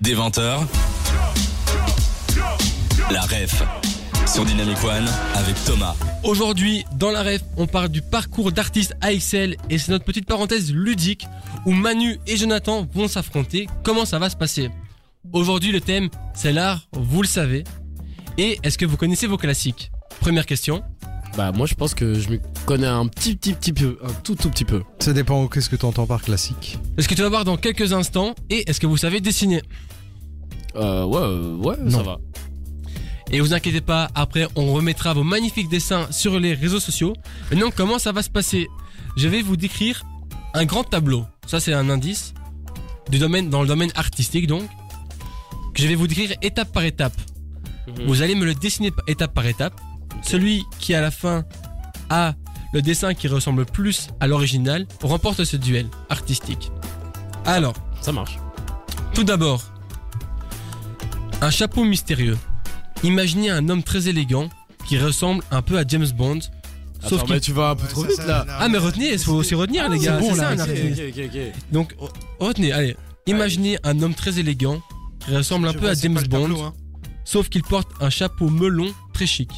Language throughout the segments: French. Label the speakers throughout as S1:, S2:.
S1: dès 20h. La ref sur Dynamic One avec Thomas.
S2: Aujourd'hui, dans la ref, on parle du parcours d'artistes AXL et c'est notre petite parenthèse ludique où Manu et Jonathan vont s'affronter. Comment ça va se passer Aujourd'hui, le thème, c'est l'art, vous le savez. Et est-ce que vous connaissez vos classiques Première question.
S3: Bah moi je pense que je me connais un petit petit petit peu, un tout tout petit peu.
S4: Ça dépend qu'est-ce que tu entends par classique.
S2: Est-ce que tu vas voir dans quelques instants Et est-ce que vous savez dessiner
S3: Euh ouais euh, ouais ça
S4: Non.
S3: va.
S2: Et vous inquiétez pas, après on remettra vos magnifiques dessins sur les réseaux sociaux. Maintenant, comment ça va se passer Je vais vous décrire un grand tableau. Ça, c'est un indice du domaine dans le domaine artistique donc. Que je vais vous décrire étape par étape. Vous allez me le dessiner pa- étape par étape. Celui qui à la fin a le dessin qui ressemble plus à l'original remporte ce duel artistique. Alors,
S3: Ça marche.
S2: tout d'abord, un chapeau mystérieux. Imaginez un homme très élégant qui ressemble un peu à James Bond, sauf
S3: Attends,
S2: qu'il...
S3: mais tu vas un peu trop vite là.
S2: Ah mais retenez, il faut aussi retenir les gars,
S3: bon,
S2: c'est ça un
S3: ok,
S2: artiste.
S3: ok, ok, ok.
S2: Donc re- retenez, allez, imaginez un homme très élégant qui ressemble un peu à James Bond,
S3: hein.
S2: sauf qu'il porte un chapeau melon très chic.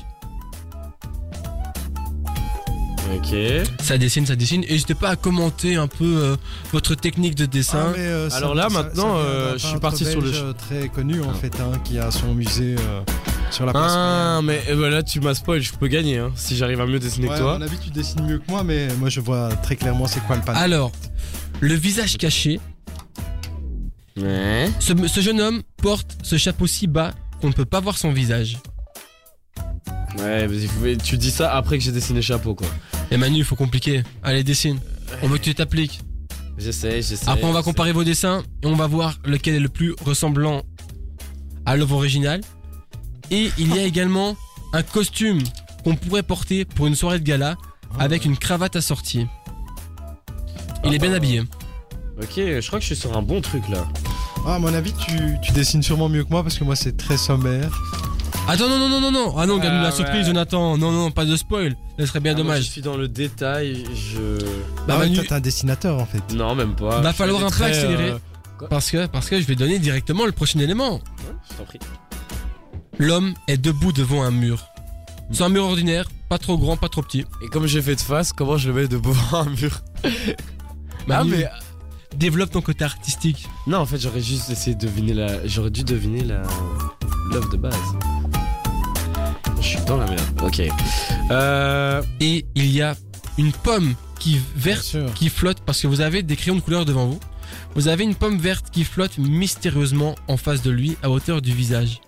S3: Ok.
S2: Ça dessine, ça dessine. Et N'hésitez pas à commenter un peu euh, votre technique de
S4: Ah,
S2: dessin.
S3: Ah, Alors là, maintenant, euh, je suis parti sur le-
S4: Très connu en fait, hein, qui a son musée euh, sur la place.
S3: Ah mais eh ben, là tu m'as spoil, je peux gagner hein, si j'arrive à mieux dessiner
S4: Royale.
S3: que
S4: Ouais, à
S3: toi.
S4: mon avis, tu dessines mieux que moi, mais moi je vois très clairement c'est quoi le panneau.
S2: Alors, le visage caché,
S3: Ouais.
S2: ce, ce jeune homme porte ce chapeau si bas qu'on ne peut pas voir son visage.
S3: Ouais vas-y, faut- mais tu dis ça après que j'ai dessiné chapeau quoi.
S2: Et Manu, il faut compliquer. Allez, dessine. On veut que tu t'appliques.
S3: J'essaie, j'essaie.
S2: Après, on va
S3: j'essaie.
S2: comparer vos dessins et on va voir lequel est le plus ressemblant à l'œuvre originale. Et il y a également un costume qu'on pourrait porter pour une soirée de gala
S3: Ah,
S2: avec une cravate assortie. Il est bien
S3: Ah.
S2: habillé.
S3: Ok, je crois que je suis sur un bon truc là.
S4: Ah, à mon avis, tu, tu dessines sûrement mieux que moi parce que moi c'est très sommaire.
S2: Attends, non, non, non, non, non. Ah non, garde-nous la
S3: ouais.
S2: surprise, Jonathan. Non, non, pas de spoil. Ce serait bien
S3: Ah, moi, je
S2: dommage.
S3: suis dans le détail, je.
S2: Bah,
S4: Ah ouais,
S2: Manu,
S4: toi, t'es un dessinateur en fait.
S3: Non, même pas.
S2: Va
S3: Je
S2: falloir
S3: fais des
S2: un peu
S3: traits,
S2: accélérer.
S3: euh,
S2: parce que, parce que je vais donner directement le prochain élément.
S3: hein, Je t'en prie.
S2: L'homme est debout devant un mur. C'est un mur ordinaire, pas trop grand, pas trop petit.
S3: Et comme j'ai fait de face, comment je le mets de devant un mur
S4: Ah,
S2: Manu, développe ton côté artistique.
S3: Non, en fait, j'aurais juste essayé de deviner la. J'aurais dû deviner la. L'œuvre de base. Je suis dans la merde. Ok. Euh.
S2: Et il y a une pomme qui
S4: Bien
S2: verte
S4: sûr.
S2: qui flotte parce que vous avez des crayons de couleur devant vous. Vous avez une pomme verte qui flotte mystérieusement en face de lui à hauteur du visage.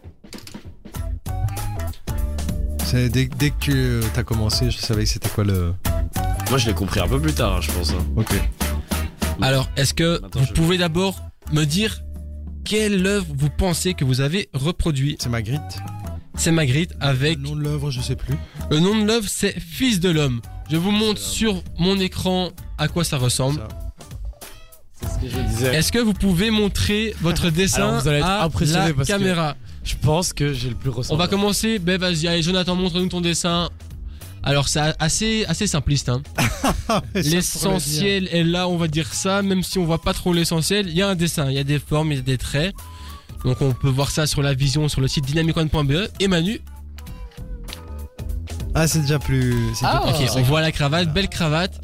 S4: C'est dès, dès que euh, t'as commencé, je savais que c'était quoi le.
S3: Moi, je l'ai compris un peu plus tard, hein, je pense. hein.
S4: Ok.
S2: Alors, est-ce que
S3: Attends,
S2: vous
S3: je-
S2: pouvez d'abord me dire quelle œuvre vous pensez que vous avez reproduit
S4: C'est Magritte.
S2: C'est Magritte avec
S4: Le nom de l'œuvre, je sais plus.
S2: le nom de l'œuvre, c'est Fils de l'homme. Je vous montre sur mon écran à quoi ça ressemble.
S4: Ça.
S3: C'est ce que je disais.
S2: Est-ce que vous pouvez montrer votre dessin
S3: Alors, vous allez être
S2: à
S3: impressionnés
S2: la
S3: parce que-
S2: caméra
S3: Je pense que j'ai le plus
S2: On
S3: ressenti.
S2: va commencer. Ben vas-y, allez Jonathan, montre-nous ton dessin. Alors c'est assez, assez simpliste. Hein. L'essentiel est là, on va dire ça, même si on voit pas trop l'essentiel. Il y a un dessin, il y a des formes, il y a des traits. Donc on peut voir ça sur la vision, sur le site dynamicone.be. Et Manu,
S4: Ah, c'est déjà plus. c'est
S3: Ah,
S4: déjà
S2: ok,
S4: plus-
S2: on voit la cravate, belle cravate.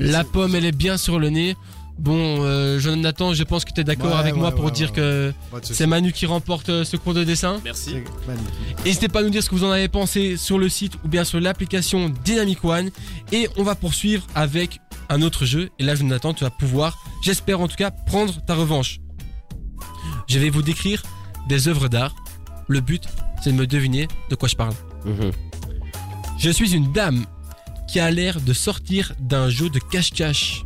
S2: La pomme, elle est bien sur le nez. Bon, euh, Jonathan, je pense que tu es d'accord
S4: Ouais,
S2: avec moi
S4: ouais,
S2: pour
S4: ouais,
S2: dire
S4: ouais,
S2: que
S4: Pas de soucis.
S2: c'est Manu qui remporte euh, ce cours de dessin.
S3: Merci.
S4: Bah, C'est magnifique.
S2: N'hésitez pas à nous dire ce que vous en avez pensé sur le site ou bien sur l'application Dynamic One. Et on va poursuivre avec un autre jeu. Et là, Jonathan, tu vas pouvoir, j'espère en tout cas, prendre ta revanche. Je vais vous décrire des œuvres d'art. Le but, c'est de me deviner de quoi je parle.
S3: Mhm.
S2: Je suis une dame qui a l'air de sortir d'un jeu de cache-cache.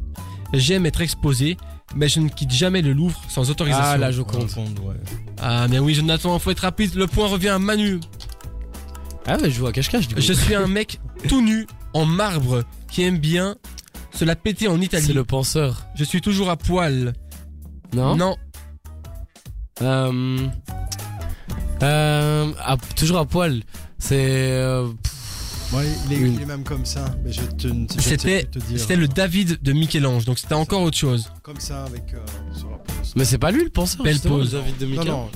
S2: J'aime être exposée, mais je ne quitte jamais le Louvre sans autorisation.
S3: Ah, là, je compte.
S4: ouais.
S2: Ah, bien oui, Jonathan, faut être rapide. Le point revient à Manu.
S3: Ah, mais je joue à cache-cache du coup.
S2: Je suis un mec tout nu en marbre qui aime bien se la péter en Italie.
S3: C'est le Hein penseur.
S2: Je suis toujours à poil.
S3: Non Euh. Euh. à- toujours à poil. C'est. euh,
S4: Ouais, il, est,
S3: Une.
S4: il est même comme ça, mais je te, je
S2: C'était-
S4: sais plus te dire.
S2: c'était le David de Michel-Ange, donc c'était encore autre chose.
S4: Comme ça, avec. euh, sur la pose.
S3: Mais c'est pas lui le penseur.
S2: Belle
S3: justement,
S2: pause.
S3: le David de
S4: Non,
S3: Mika.
S4: non.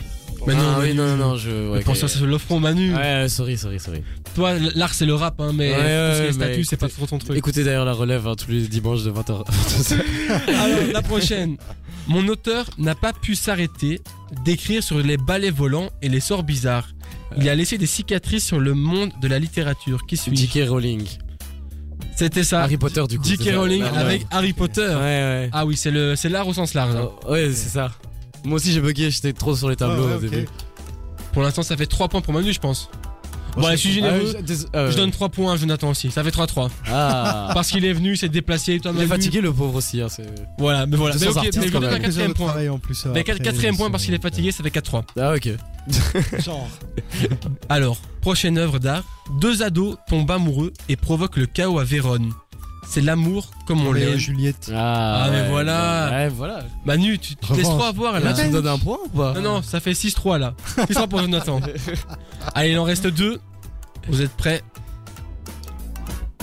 S2: Mais non,
S3: Ah
S2: mais
S3: oui,
S2: du-
S3: non, non, non, je. ouais,
S2: Le
S3: ok.
S2: penseur, ça se l'offre au Manu.
S3: Ouais, ouais, sorry, sorry, sorry.
S2: Toi, l'art, c'est le rap, hein, mais
S3: Ouais, ouais,
S2: tout ce qui est
S3: ouais,
S2: statut,
S3: bah,
S2: c'est pas trop ton truc.
S3: Écoutez d'ailleurs la relève hein, tous les dimanches de 20h.
S2: Alors, la prochaine. Mon auteur n'a pas pu s'arrêter d'écrire sur les balais volants et les sorts bizarres. Il a laissé des cicatrices sur le monde de la littérature. Qui suis-je
S3: J.K. Rowling.
S2: C'était ça.
S3: Harry Potter, du coup. c'est
S2: J.K.
S3: ça.
S2: Rowling
S3: Ah, ouais.
S2: avec Harry Potter.
S3: Ouais, ouais.
S2: Ah oui, c'est le, c'est l'art au sens large. hein.
S3: Ah, ouais, c'est ça. Moi aussi, j'ai bugué, j'étais trop sur les tableaux
S4: Ouais, ouais,
S3: au
S4: ok.
S3: début. Ah.
S2: Pour l'instant, ça fait 3 points pour Manu, je pense. Bon, allez, je suis généreux.
S3: Ah, dés- ah, ouais.
S2: Je donne 3 points à Jonathan aussi. Ça fait 3-3.
S3: Ah.
S2: Parce qu'il est venu, il s'est déplacé. Toi,
S3: Il est
S2: Manu.
S3: fatigué, le pauvre aussi. Hein, c'est-
S2: Voilà, mais voilà.
S3: De
S2: Mais
S3: sans
S2: ok,
S3: artiste,
S2: mais je
S3: quand
S2: lui donne
S3: même.
S2: un quatrième point.
S4: Travail en plus. hein,
S2: Mais quel- quatrième point parce qu'il est fatigué, ça fait 4-3.
S3: Ah, ok.
S4: Genre.
S2: Alors, prochaine œuvre d'art. Deux ados tombent amoureux et provoquent le chaos à Vérone. C'est l'amour comme on
S4: Roméo
S2: l'aime.
S4: et Juliette.
S3: Ah,
S2: Ah, mais
S3: ouais,
S2: voilà.
S3: Ouais, voilà.
S2: Manu, tu tu te laisses
S4: Revanche.
S2: trop avoir
S3: Là,
S2: là.
S3: tu me donnes un point ou pas
S2: Non, non, ça fait 6-3 là. 6-3 pour Jonathan. Allez, il en reste deux. Vous êtes prêts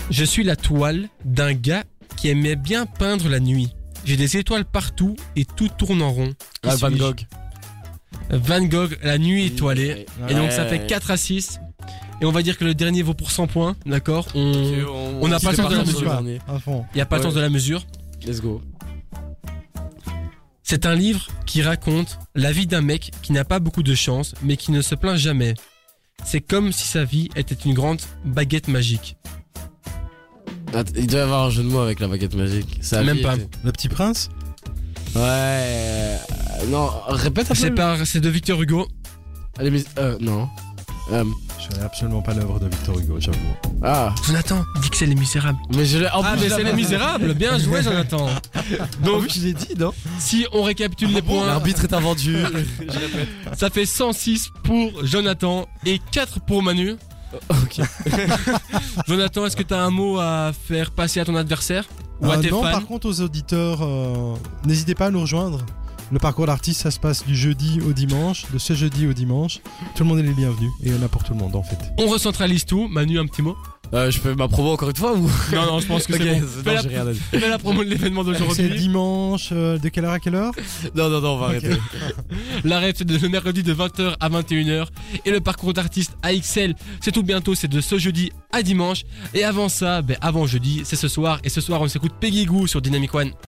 S2: Je suis la toile d'un gars qui aimait bien peindre la nuit. J'ai des étoiles partout et tout tourne en rond. Qui
S3: Ah, Van
S2: suis-je
S3: Gogh.
S2: Van Gogh, la nuit étoilée. Et donc ça fait 4 à 6. Et on va dire que le dernier vaut pour 100 points, d'accord On on n'a pas le sens de la mesure.
S3: dernier.
S4: À fond.
S2: n'y a pas le
S3: Ouais.
S2: sens de la mesure.
S3: Let's go.
S2: C'est un livre qui raconte la vie d'un mec qui n'a pas beaucoup de chance, mais qui ne se plaint jamais. C'est comme si sa vie était une grande baguette magique.
S3: Att- Il doit y avoir un jeu de mots avec la baguette magique. Ça a
S2: Même
S3: vite
S2: pas.
S3: été.
S4: Le petit prince
S3: Ouais. euh, Non, répète un peu.
S4: Oh,
S2: C'est
S3: le-
S2: par, c'est de Victor Hugo.
S3: Allez, mais- euh, non. Euh,
S4: Je connais absolument pas l'œuvre de Victor Hugo, j'avoue.
S3: ah.
S2: Jonathan, dit que c'est les misérables.
S3: Mais je l'ai. en
S2: Ah,
S3: plus,
S2: mais
S3: je
S2: c'est les
S3: l'avais-
S2: misérables. Bien joué, Jonathan.
S4: oui, je l'ai dit, Oh, non Ah
S2: Si on récapitule les points,
S3: L'arbitre est invendu.
S2: ça fait 106 pour Jonathan et 4 pour Manu.
S4: Oh,
S3: ok.
S2: Jonathan, est-ce que tu as un mot à faire passer à ton adversaire ou à
S4: Euh,
S2: tes
S4: Non,
S2: fans
S4: par contre, aux auditeurs, euh, n'hésitez pas à nous rejoindre. Le parcours d'artiste, ça se passe du jeudi au dimanche, de ce jeudi au dimanche. Tout le monde est les bienvenus. Et il y en a pour tout le monde, en fait.
S2: On recentralise tout. Manu, un petit mot
S3: Euh, je fais ma promo encore une fois ou
S2: Non, non, je pense que c'est
S3: Ok,
S2: bon. Fais
S3: non,
S2: la,
S3: j'ai rien à dire.
S2: fais Eh ben, la promo de l'événement
S4: C'est
S2: d'aujourd'hui.
S4: dimanche, euh, de quelle heure à quelle heure
S3: Non, non, non, on va
S4: Ok.
S3: arrêter.
S2: La rêve, c'est de le mercredi de 20h à 21h. Et le parcours d'artiste AXL, c'est tout bientôt. C'est de ce jeudi à dimanche. Et avant ça, ben, avant jeudi, c'est ce soir. Et ce soir, on s'écoute Peggy Goo sur Dynamic One.